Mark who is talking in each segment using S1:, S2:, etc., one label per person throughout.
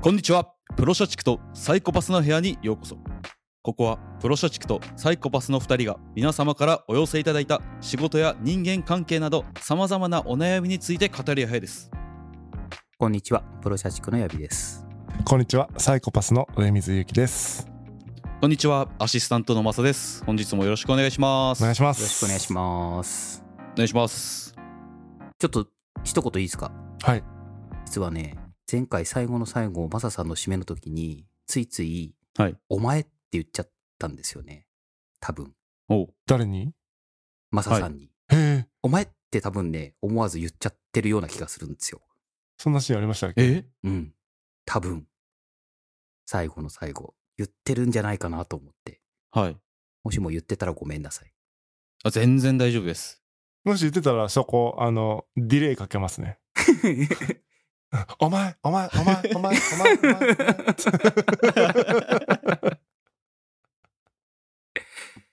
S1: こんにちは。プロ社畜とサイコパスの部屋にようこそ。ここはプロ社畜とサイコパスの2人が皆様からお寄せいただいた仕事や人間関係など様々なお悩みについて語り合いです。
S2: こんにちは、プロ社畜のヤビです。
S3: こんにちは、サイコパスの上水ゆきです。
S1: こんにちは。アシスタントのマサです。本日もよろしくお願いします。
S3: お願いしま
S2: よ
S3: す。
S2: ろしくお願いします。
S1: お願いします。
S2: ちょっと一言いいですか
S3: はい。
S2: 実はね、前回最後の最後、マサさんの締めの時に、ついつい、
S1: はい
S2: お前って言っちゃったんですよね。多分、
S1: おう
S3: 誰に
S2: マサさんに。
S3: へえ、
S2: お前って多分ね、思わず言っちゃってるような気がするんですよ。
S3: そんなシーンありましたっけ
S1: え
S2: うん。多分、最後の最後、言ってるんじゃないかなと思って。
S1: はい
S2: もしも言ってたらごめんなさい。
S1: あ。全然大丈夫です。
S3: もし言ってたら、そこ、あの、ディレイかけますね。お前、お前、お前、お前、お前、お前。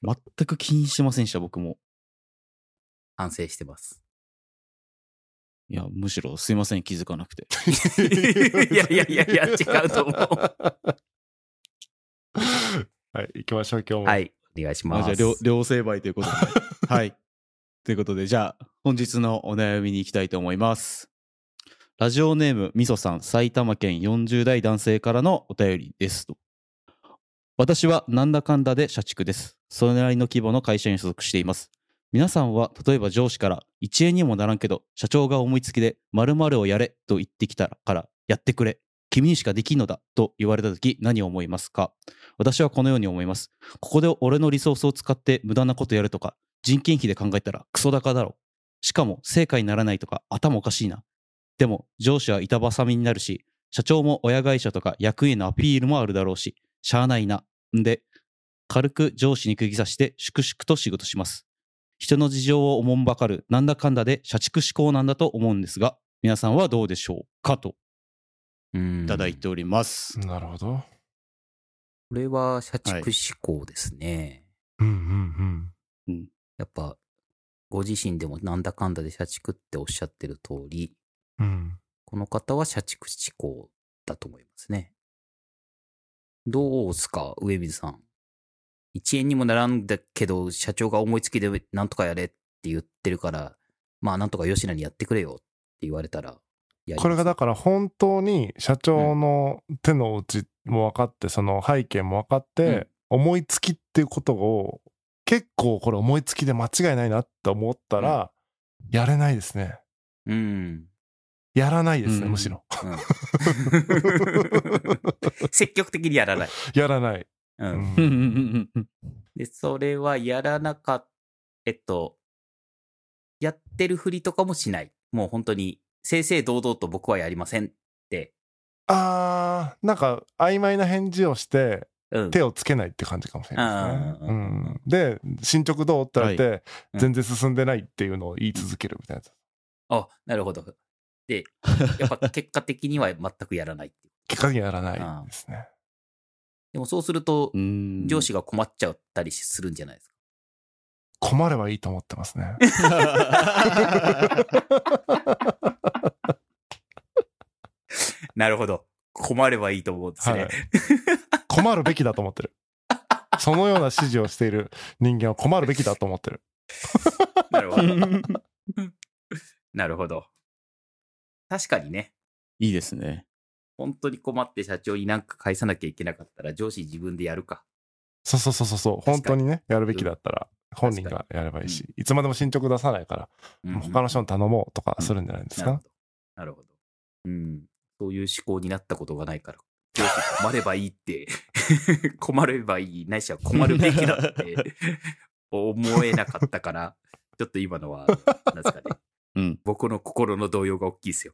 S1: 全く気にしてませんでした、僕も。
S2: 反省してます。
S1: いや、むしろすいません、気づかなくて。
S2: いやいやいやいや違うと思う
S3: はい、行きましょう、今日も。
S2: はい、お願いし
S1: まあ、
S2: ま
S1: じゃあ
S2: す。
S1: 両両成敗ということで。はい。ということで、じゃあ、本日のお悩みに行きたいと思います。ラジオネーム、みそさん、埼玉県40代男性からのお便りですと。私はなんだかんだで社畜です。それなりの規模の会社に所属しています。皆さんは、例えば上司から、1円にもならんけど、社長が思いつきで、〇〇をやれと言ってきたから、やってくれ。君にしかできんのだと言われたとき、何を思いますか私はこのように思います。ここで俺のリソースを使って無駄なことやるとか、人件費で考えたらクソ高だろ。しかも成果にならないとか頭おかしいな。でも上司は板挟みになるし、社長も親会社とか役員へのアピールもあるだろうし、しゃあないな。んで、軽く上司に釘刺して粛々と仕事します。人の事情をおもんばかる、なんだかんだで社畜思考なんだと思うんですが、皆さんはどうでしょうかと
S2: うん
S1: いただいております。
S3: なるほど。
S2: これは社畜思考ですね。
S3: うんうん
S2: やっぱ、ご自身でもなんだかんだで社畜っておっしゃってる通り、
S3: うん。うん。
S2: この方は社畜思考だと思いますね。どうすか、上水さん。1円にもならんだけど、社長が思いつきでなんとかやれって言ってるから、まあなんとか吉野にやってくれよって言われたら、やります
S3: これがだから本当に社長の手の内も分かって、その背景も分かって、思いつきっていうことを、結構これ思いつきで間違いないなって思ったら、やれないですね。
S2: うん。
S3: やらないですね、
S1: うん
S3: むしろ。
S2: うん積極的にやらない。
S3: やらない。
S2: う。
S3: う
S1: う
S3: ん
S1: んうん
S3: ん
S1: うんうん
S2: で、それはやらなかっえっと、やってるふりとかもしない。もう本当に、正々堂々と僕はやりませんって。
S3: あーなんか曖昧な返事をして
S2: うん。
S3: 手をつけないって感じかもしれないですね。
S2: う
S3: うんん、で進捗どうって言われて、
S2: うん
S3: 全然進んでないっていうのを言い続けるみたいなやつ
S2: あ、なるほど。で、やっぱ結果的には全くやらないっていう。
S3: 結果的にやらないですね。
S2: でも そうすると
S1: う、ん。
S2: 上司が困っちゃったりするんじゃないですか。
S3: 困ればいいと思ってますね。
S2: なるほど。困ればいいと思うんで
S3: はい、 困るべきだと思ってる。そのような指示をしている人間は困るべきだと思ってる。
S2: なるほど。 なるほど。確かにね、
S1: いいですね。
S2: 本当に困って社長になんか返さなきゃいけなかったら上司自分でやるか。
S3: そうそうそうそうそう本当にねやるべきだったら本人がやればいいし、いつまでも進捗出さないから、
S2: うん
S3: 他の人に頼もうとかするんじゃないです
S2: なる
S3: か。
S2: ほど。なるほど。うん。そういう思考になったことがないから。上司困ればいいって、 困ればいい、ないしは困るべきだって思えなかったから、ちょっと今のは、なんですか ね。
S1: うん。
S2: 僕の心の動揺が大きいですよ。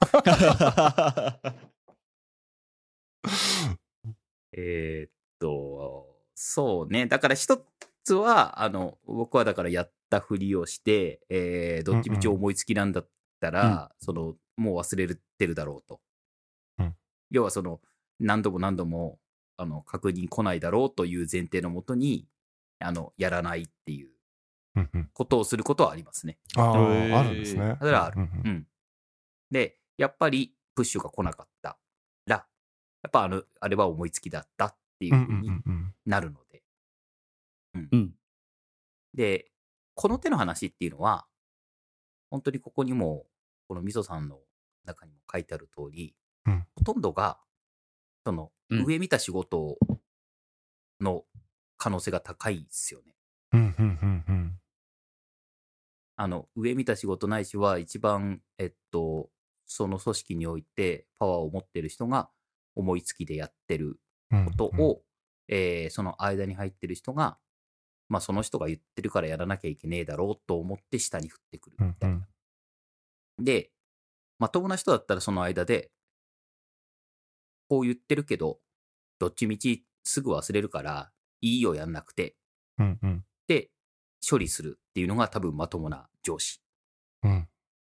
S2: えーっと、そうね。だから一つは、あの、僕はだからやったふりをして、えー、どっちみち思いつきなんだったら、その、もう忘れてるだろうと。
S3: うん
S2: 要はその、何度も何度も、あの、確認来ないだろうという前提のもとに、あの、やらないっていう
S3: うんうん
S2: ことをすることはありますね。
S3: ああ、
S1: へー
S3: あるんですね。
S2: それはある
S3: うんうん
S2: うん。で、やっぱり、プッシュが来なかったら、っぱあの、あれは思いつきだったっていううん
S3: う
S2: ふうに
S3: んうん
S2: なるので。
S1: うん。
S2: で、この手の話っていうのは、本当にここにも、このみそさんの中にも書いてある通り、
S3: うん
S2: ほとんどが、その、
S1: うん
S2: 上見た仕事の可能性が高いですよね。
S3: うんうんうんうん
S2: あの、上見た仕事ないしは、一番、えっと、その組織においてパワーを持ってる人が思いつきでやってる
S3: うん
S2: ことを、えーその間に入ってる人が、まあその人が言ってるからやらなきゃいけねえだろうと思って下に降ってくる
S3: う
S2: み
S3: んう
S2: たいな。
S3: ん
S2: で、まともな人だったらその間で、こう言ってるけど、どっちみちすぐ忘れるから、いいよやんなくて、
S3: うんうん
S2: で、処理するっていうのが多分まともな上司。
S3: う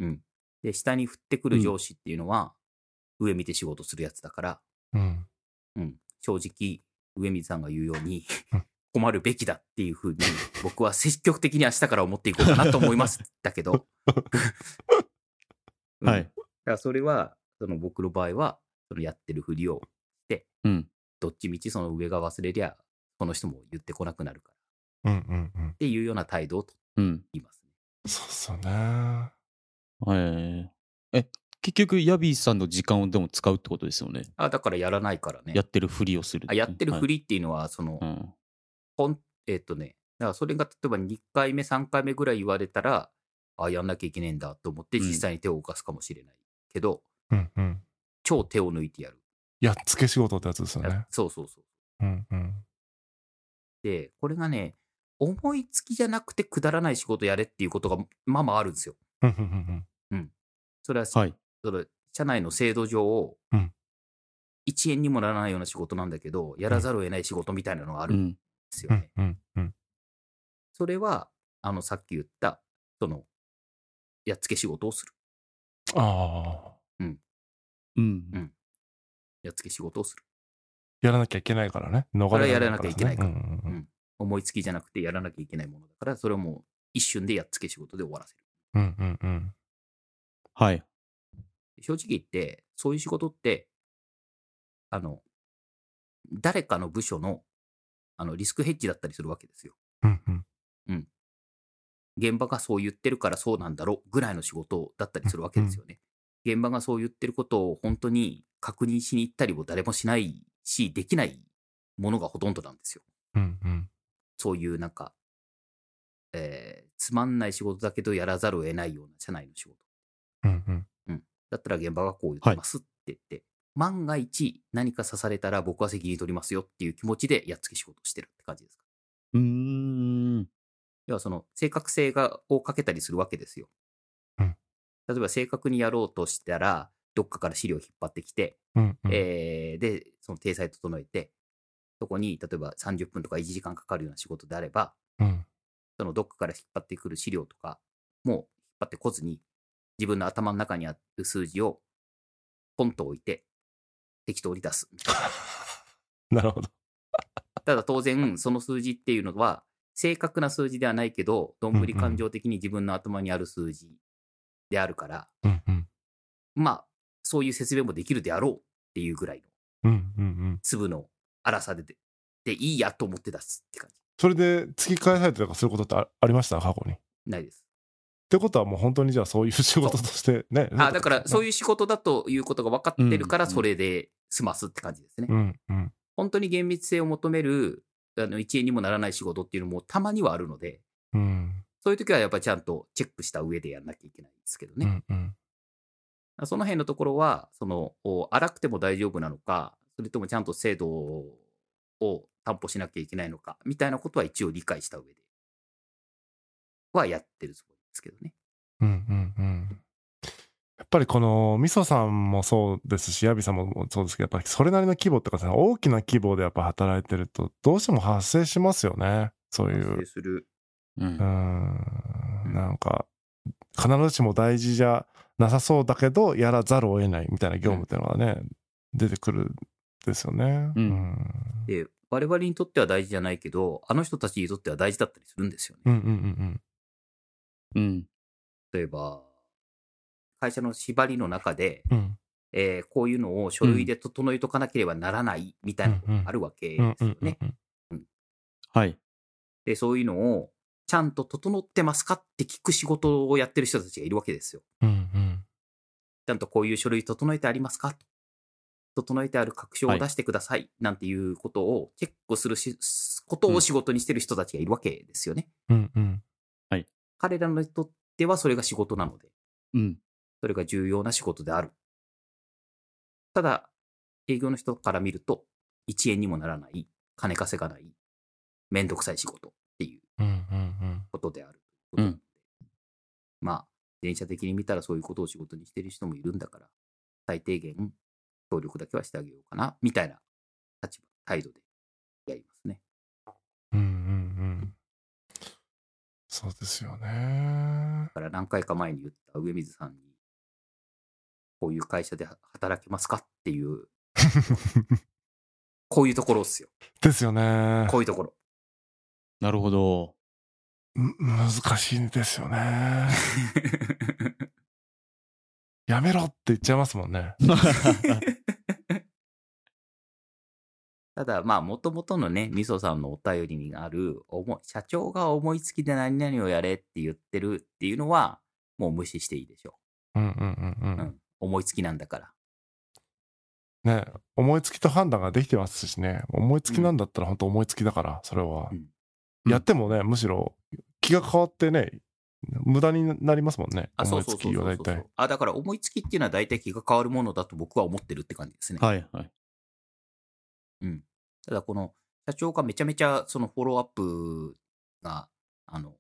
S3: ん
S2: で、下に降ってくる上司っていうのは、上見て仕事するやつだから、
S3: うん
S2: うん、正直、上水さんが言うよう に
S3: うん、
S2: 困るべきだっていうふうに、僕は積極的に明日から思っていこうかなと思います。だ けど。うん
S1: は。
S2: だ
S1: い
S2: か。らそれは、その僕の場合は、そのやってるふりを、
S1: うん。
S2: どっちみちその上が忘れりゃ、この人も言ってこなくなるからっ
S3: うんうんうん
S2: ていうような態度をとっ
S1: うん。
S2: ています。
S3: そうっすよね
S1: えー、え、結局、ヤビーさんの時間をでも使うってことですよね。
S2: あ、だからやらないからね
S1: や。ってるふりをする
S2: あやってるふ
S1: り、
S2: りっていうのは、その、
S1: はいうん。
S2: ほんえっ、とね、だからそれが例えば2回目、3回目ぐらい言われたら、あやんなきゃいけねえんだと思って
S1: うん
S2: 実際に手を動かすかもしれないけど、
S3: うんうん
S2: 超手を抜いてやる。
S3: やっつけ仕事ってやつですよね
S2: そうそうそう。
S3: うんうん
S2: で、これがね、思いつきじゃなくてくだらない仕事やれっていうことがまあまああるんですよ。
S3: うんうんうん
S2: それは、
S1: はい。
S2: その社内の制度上、
S3: うん
S2: 1円にもならないような仕事なんだけど、やらざるを得ない仕事みたいなのがあ
S1: う
S2: るんで
S1: ん。
S2: すよ
S3: う
S2: ね。
S3: んうんうん
S2: それは、あの、さっき言った、その、やっつけ仕事をする。
S3: ああ
S1: うん。
S2: うんやっつけ仕事をする。
S3: やらなきゃいけないからね逃れ
S2: あれはやらなきゃいけないから
S3: うんうんうん
S2: 思いつきじゃなくてやらなきゃいけないものだから、それをもう一瞬でやっつけ仕事で終わらせる。
S3: うんうんうん
S1: はい。
S2: 正直言って、そういう仕事って、あの、誰かの部署の、あの、リスクヘッジだったりするわけですよ。
S3: うんうん
S2: 現場がそう言ってるからそうなんだろうぐらいの仕事だったりするわけですよね。現場がそう言ってることを本当に確認しに行ったりも誰もしないし、できないものがほとんどなんですよ。
S3: うんうん
S2: そういうなんか、えーつまんない仕事だけどやらざるを得ないような社内の仕事。
S3: うんうん
S2: だったら現場がこう言ってますって言って、万が一何か刺されたら僕は責任取りますよっていう気持ちでやっつけ仕事をしてるって感じですか。
S1: うーん。
S2: 要はその正確性がをかけたりするわけですよ。
S3: うん
S2: 例えば正確にやろうとしたら、どっかから資料を引っ張ってきて、
S3: うんうん
S2: えーで、その体裁整えて、そこに例えば30分とか1時間かかるような仕事であれば、
S3: うん
S2: そのどっかから引っ張ってくる資料とかもう引っ張ってこずに、自分の頭の中にある数字をポンと置いて、適当に出す。
S3: なるほど
S2: ただ当然、その数字っていうのは、正確な数字ではないけど、どんぶり感情的に自分の頭にある数字であるから、
S3: うんうん
S2: まあ、そういう説明もできるであろうっていうぐらいの
S3: うんうんうん
S2: 粒の粗さでで、でいいやと思って出すって感じ。
S3: それで突き返されたりとかすることってあありました過去に。っ
S2: ないです。
S3: てことはもう本当にじゃあそういう仕事としてね。
S2: あ、だからそう
S3: い
S2: いう仕事だということが分かってるか
S1: う
S2: ら、
S1: ん
S2: それで済ますって感じですね。
S3: うんうん
S2: 本当に厳密性を求める、あの、一円にもならない仕事っていうのもたまにはあるので、
S3: うん
S2: そういう時はやっぱりちゃんとチェックした上でやんなきゃいけないんですけど
S3: う
S2: ね。
S3: んうん
S2: その辺のところは、その、お荒くても大丈夫なのか、それともちゃんと制度を担保しなきゃいけないのか、みたいなことは一応理解した上で、はやってるつもりですけどね。
S3: うんうんうん。やっぱりこのみそさんもそうですしヤビさんもそうですけどやっぱりそれなりの規模ってかさ大きな規模でやっぱ働いてるとどうしても発生しますよねそういう
S2: 発生する。
S1: う。
S3: うんんなんか必ずしも大事じゃなさそうだけどやらざるを得ないみたいな業務っていうのがね、出てくるんですよね。
S1: うん
S2: で、我々にとっては大事じゃないけど、あの人たちにとっては大事だったりするんですよね。
S3: うんうんう
S1: う
S3: ん
S1: ん。
S2: 例えば、会社の縛りの中で、
S3: うんうん
S2: えーこういうのを書類で整えとかなければならないみたいなのがあるわけです
S3: う
S2: よ
S3: ん
S2: ね。
S3: うんうんうん
S1: はい。
S2: で、そういうのを、ちゃんと整ってますかって聞く仕事をやってる人たちがいるわけですよ。
S3: うんうん
S2: ちゃんとこういう書類整えてありますか整えてある確証を出してください、なんていうことをチェックするしことを仕事にしてる人たちがいるわけですよね。
S3: うんうん
S2: 彼らにとってはそれが仕事なので、
S1: うん。
S2: それが重要な仕事である。ただ、営業の人から見ると、1円にもならない、金稼がない、めんどくさい仕事っていう
S3: うんうん
S2: ことである。
S1: うん
S2: まあ、電車的に見たらそういうことを仕事にしてる人もいるんだから、最低限、協力だけはしてあげようかな、みたいな立場、態度でやりますね。
S3: うんうんうんそうですよ ね
S2: だから何回か前に言った上水さんに、こういう会社で働けますかっていう、こういうところっすよ。
S3: ですよね
S2: こういうところ。
S1: なるほ ど。
S3: む難しいですよねやめろって言っちゃいますもんね
S2: ただ、まあ、もともとのね、みそさんのお便りにある、思い社長が思いつきで何々をやれって言ってるっていうのは、もう無視していいでしょ
S3: うんうんうん
S2: う。
S3: う
S2: うんん。思いつきなんだから。
S3: ね思いつきと判断ができてますしね思いつきなんだったら本当思いつきだからそれは、
S2: うん
S3: やってもねむしろ気が変わってね無駄になりますもんね
S2: あ、そ
S3: 思
S2: う
S3: い
S2: そう
S3: つ
S2: そう
S3: き
S2: そ
S3: は
S2: う
S3: 大
S2: そ
S3: 体
S2: う。あ、だから思いつきっていうのは大体気が変わるものだと僕は思ってるって感じですね。
S1: はいはい。
S2: ただこの社長がめちゃめちゃそのフォローアップがあの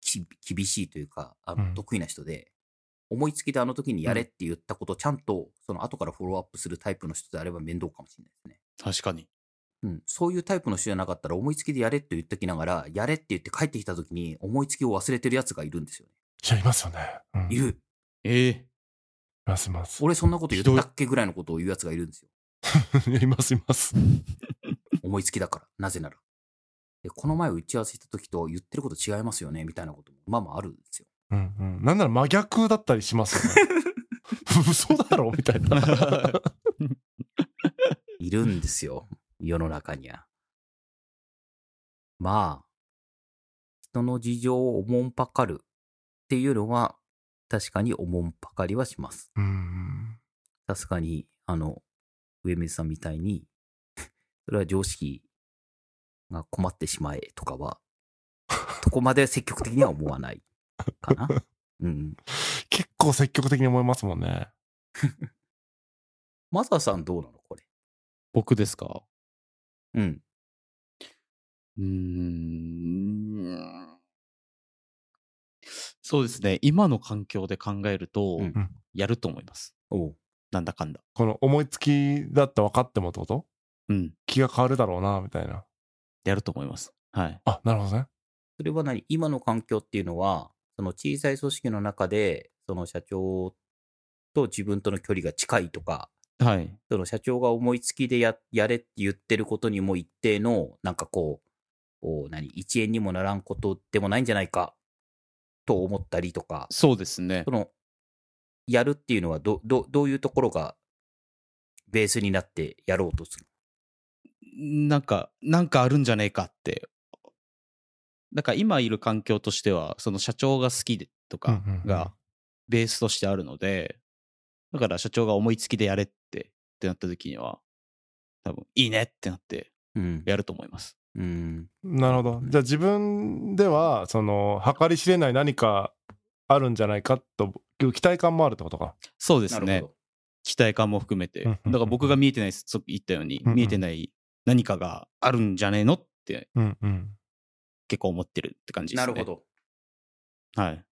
S2: き厳しいというかあ
S3: うん
S2: の得意な人で、思いつきであの時にやれって言ったことをちゃんとその後からフォローアップするタイプの人であれば面倒かもしれないですね。
S1: 確かに。
S2: うん、そういうタイプの人じゃなかったら思いつきでやれって言ってきながらやれって言って帰ってきた時に思いつきを忘れてるやつがいるんですよね。
S3: いやいますよね、うん、
S2: い
S3: い
S2: る。
S1: ええ
S3: ますいます
S2: 俺そんなこと言ったっけぐらいのことを言うやつがいるんですよ。
S3: いますいます
S2: 思いつきだから。なぜなら。でこの前打ち合わせした時と言ってること違いますよねみたいなこともまあまああるんですよ。
S3: うんうんなんなら真逆だったりします よね嘘だろみたいな
S2: いるんですよ。世の中には。まあ、人の事情をおもんぱかるっていうのは、確かにおもんぱかりはします。
S3: うん
S2: 確かに、あの、上水さんみたいに、 それは常識が困ってしまえとかは、そこまで積極的には思わないかな。うん。
S3: 結構積極的に思いますもんね
S2: マサさんどうなのこれ。
S1: 僕ですか
S2: うん。
S1: うーん。そうですね。今の環境で考えると、
S2: うん
S1: やると思います。
S2: おう
S1: なんだかんだ。
S3: この思いつきだって分かってもってこと
S1: うん。
S3: 気が変わるだろうなみたいな
S1: やると思います。はい。
S3: あなるほどね
S2: それは何今の環境っていうのは、その小さい組織の中で、その社長と自分との距離が近いとか、
S1: はい。
S2: その社長が思いつきでややれって言ってることにも一定の、なんかこう、こう何、1円にもならんことでもないんじゃないか、と思ったりとか、
S1: そうですね
S2: そ。の、やるっていうのはど、ど、どういうところが、ベースになってやろうとする。
S1: なんか、なんかあるんじゃねえかって。だから今いる環境としては、その社長が好きでとか
S3: うんうんうん
S1: がベースとしてあるので、だから社長が思いつきでやれってってなった時には、多分いいねってなって
S2: うん。
S1: やると思います。
S2: うん。
S3: なるほど。じゃあ自分では、その、計り知れない何かあるんじゃないかという期待感もあるってことか。
S1: そうで
S2: な
S1: す
S2: る
S1: ね
S2: ほ。ど。
S1: 期待感も含めて。
S3: うんう
S1: だ
S3: んうん
S1: から僕が見えてない、さっき言ったように、
S3: うんうん
S1: 見えてない何かがあるんじゃねえのって
S3: うんうん。
S1: 結構思ってるって感じで
S2: な
S1: す
S2: る
S1: ね。
S2: ほ。ど。
S1: はい。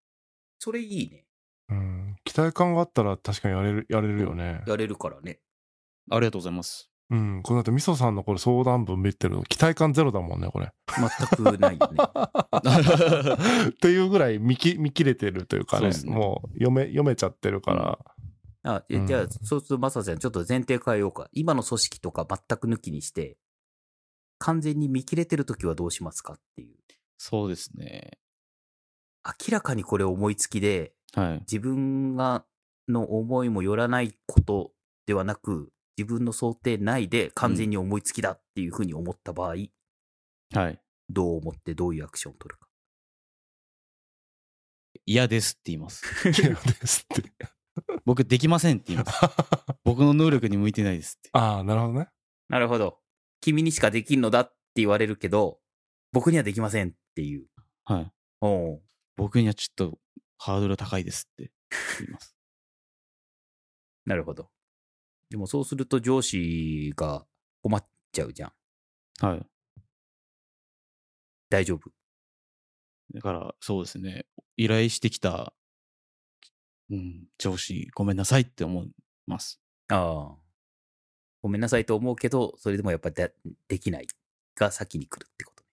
S2: それいいね。
S3: うん、期待感があったら確かにやれるやれるよね。
S2: やれるからね。
S1: ありがとうございます。
S3: うん。この後、みそさんのこれ相談文見てると期待感ゼロだもんね、これ。
S2: 全くないよね。
S3: というぐらい見き見切れてるというか
S1: そう
S3: ね、
S1: ですね
S3: もう読め読めちゃってるから。
S2: あえ
S3: うん
S2: じゃあ、そうすると、マサちゃん、ちょっと前提変えようか。今の組織とか全く抜きにして、完全に見切れてるときはどうしますかっていう。
S1: そうですね。
S2: 明らかにこれ思いつきで、
S1: はい。
S2: 自分がの思いもよらないことではなく、自分の想定内で完全に思いつきだっていうふうに思った場合、
S1: はい。
S2: どう思ってどういうアクションを取るか。
S1: 嫌ですって言い ます。
S3: 嫌ですって。
S1: 僕できませんって言い ます。僕の能力に向いてないですって。
S3: ああ、なるほどね。
S2: なるほど。君にしかできんのだって言われるけど、僕にはできませんっていう。
S1: はい。
S2: おう
S1: 僕にはちょっとハードル高いですって言います。
S2: なるほど。でもそうすると上司が困っちゃうじゃん。
S1: はい。
S2: 大丈夫。
S1: だから、そうですね。依頼してきた、うん、上司、ごめんなさいって思います。
S2: ああ。ごめんなさいと思うけど、それでもやっぱりでできないが先に来るってことね。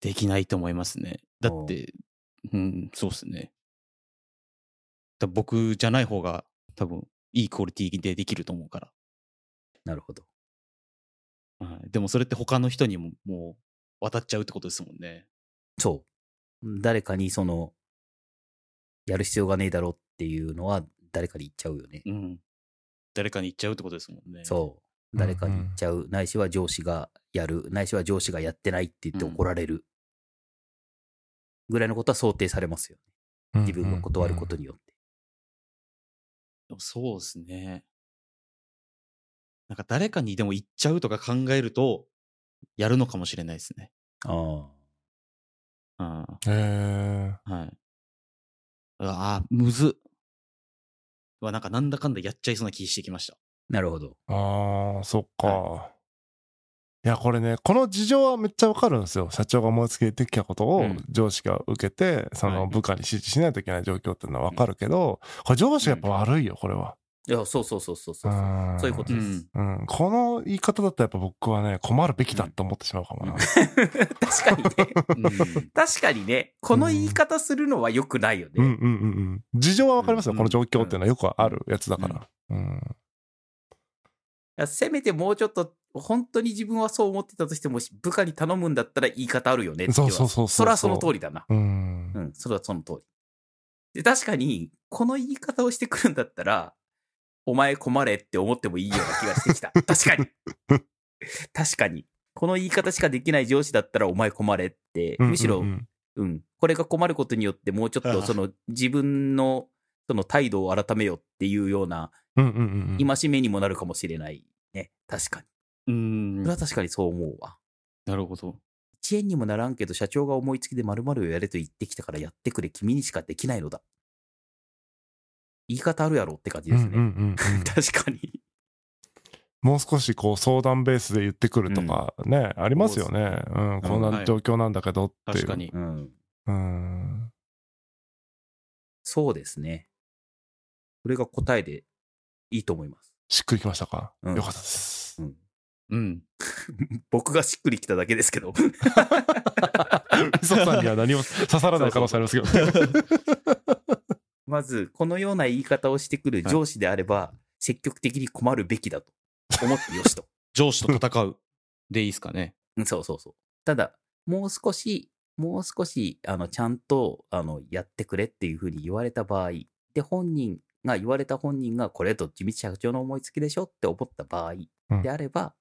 S1: できないと思いますね。だって、うん、そうですね。だ僕じゃない方が、多分、いいクオリティでできると思うから。
S2: なるほど。
S1: はい、でも、それって他の人にも、もう、渡っちゃうってことですもんね。
S2: そう。誰かにその、やる必要がねえだろっていうのは誰かに言っちゃうよね。
S1: うん。誰かに言っちゃうってことですもんね。
S2: そう。誰かに言っちゃう。ないしは上司がやる。ないしは上司がやってないって言って怒られる。ぐらいのことは想定されますよね。自分が断ること
S3: に。
S2: によって。
S1: でもそうですね。なんか誰かにでも言っちゃうとか考えると、やるのかもしれないですね。
S2: あ
S1: うん。
S3: へ
S1: はい。ああ、むずっ。はなんかなんだかんだやっちゃいそうな気してきました。
S2: あ。なるほど。
S3: え。ああ、そっか。いやこれねこの事情はめっちゃわかるんですよ社長が思いつきでできたこと
S1: う
S3: を
S1: ん
S3: 上司が受けてそ
S1: は
S3: の
S1: い
S3: 部下に指示しないといけない状況っていうのはわかるけどこれ上司がやっぱ悪いよこれはい
S2: や、そうそうそうそうそう。
S3: うん
S2: そういうことです。
S3: うん、この言い方だとやっぱ僕はね困るべきだと思ってしまうかもな、
S1: うん
S2: 確かにね。
S1: うん。うん
S2: 確かにね。この言い方するのは良くないよね。
S3: うんうんうんうん。事情はわかりますよ、
S1: うん
S3: この状況っていうのはよくあるやつだから。うん。
S2: いやせめてもうちょっと、本当に自分はそう思ってたとしても、部下に頼むんだったら言い方あるよねって
S3: そうそうそうそう
S2: それはその通りだな。
S3: うん。
S2: うん、それはその通り。で、確かに、この言い方をしてくるんだったら、お前困れって思ってもいいような気がして きた。確かに。確かに。この言い方しかできない上司だったらお前困れって、むしろ、
S3: うん
S2: う
S3: うん
S2: ん、これが困ることによって、もうちょっ
S1: あ
S2: と
S1: あ
S2: その自分のその態度を改めようっていうような
S3: うんうんうんうん、
S2: 戒めにもなるかもしれないね。確かに。
S1: うん
S2: それは確かにそう思うわ。
S1: なるほど。
S2: 1円にもならんけど、社長が思いつきで〇〇をやれと言ってきたからやってくれ、君にしかできないのだ。言い方あるやろって感じですね。
S3: うんうんうんうん
S2: 確かに。
S3: もう少しこう相談ベースで言ってくるとかね、ありますよね、うん、こんな状況なんだけどっていう、
S1: 確かに。
S2: うん。
S3: うん
S2: そうですね。それが答えでいいと思います。
S3: しっくりきましたか、
S2: うん
S3: よかったです
S2: うん、
S1: うん。
S2: 僕がしっくりきただけですけど。
S3: 磯さんには何も刺さらない可能性ありますけど
S2: まず、このような言い方をしてくる上司であれば、積極的に困るべきだと思ってよしと。
S1: 上司と戦う。でいいですかね。
S2: うんそうそうそう。ただ、もう少し、もう少し、あの、ちゃんと、あの、やってくれっていうふうに言われた場合、で、本人が、言われた本人が、これと地道社長の思いつきでしょって思った場合
S3: うん
S2: であれば、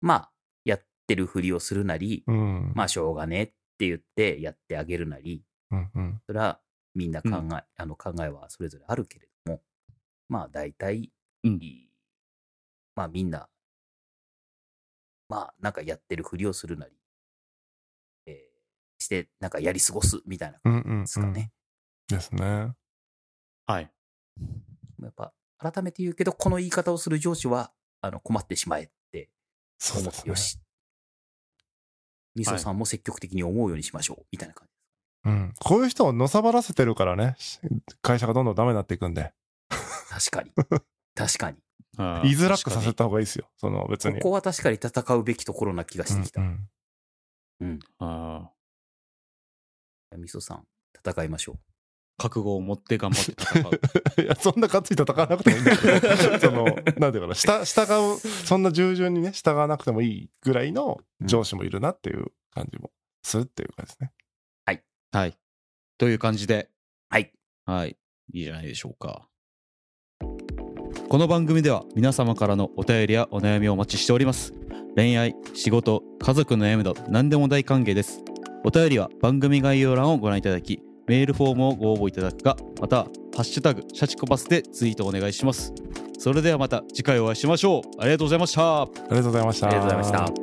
S2: まあ、やってるふりをするなり、
S3: うん
S2: まあ、しょうがねえって言ってやってあげるなり、
S3: うんうん
S2: それはみんな考え、
S1: うん
S2: あの考えはそれぞれあるけれども、まあ大体、
S1: うん
S2: まあみんな、まあなんかやってるふりをするなり、えーしてなんかやり過ごすみたいな
S3: う
S2: 感
S3: んうん
S2: じですかね。
S3: うんですね
S1: はい。
S2: やっぱ改めて言うけど、この言い方をする上司はあの困ってしまえって
S3: そう
S2: 思
S3: で
S2: っ
S3: す
S2: て
S3: ね
S2: よし。みそさんも積極的に思うようにしましょうみたいな感じ。
S3: うん、こういう人をのさばらせてるからねし会社がどんどんダメになっていくんで
S2: 確か に。確かに。
S1: あー
S3: 言いづらくさせた方がいいですよその別
S2: こ
S3: に
S2: こは確かに戦うべきところな気がしてきた
S3: うんう。ん
S1: あー
S2: みそさん、戦いましょう。
S1: 覚悟を持って頑張って戦う。
S3: いやそんながっつり戦わなくてもいいんだけ どそのなんていうかな下従うそんな従順にね従わなくてもいいぐらいの上司もいるなっていう感じもするっていう感じですね。
S1: はい。という感じで、
S2: はい。
S1: はい。いいじゃないでしょうか。この番組では皆様からのお便りやお悩みをお待ちしております恋愛仕事家族の悩みなど何でも大歓迎ですお便りは番組概要欄をご覧いただきメールフォームをご応募いただくかまたは「ハッシュタグシャチコパス」でツイートお願いしますそれではまた次回お会いしましょうありがとうございました
S3: ありがとうございました。
S2: ありがとうございました。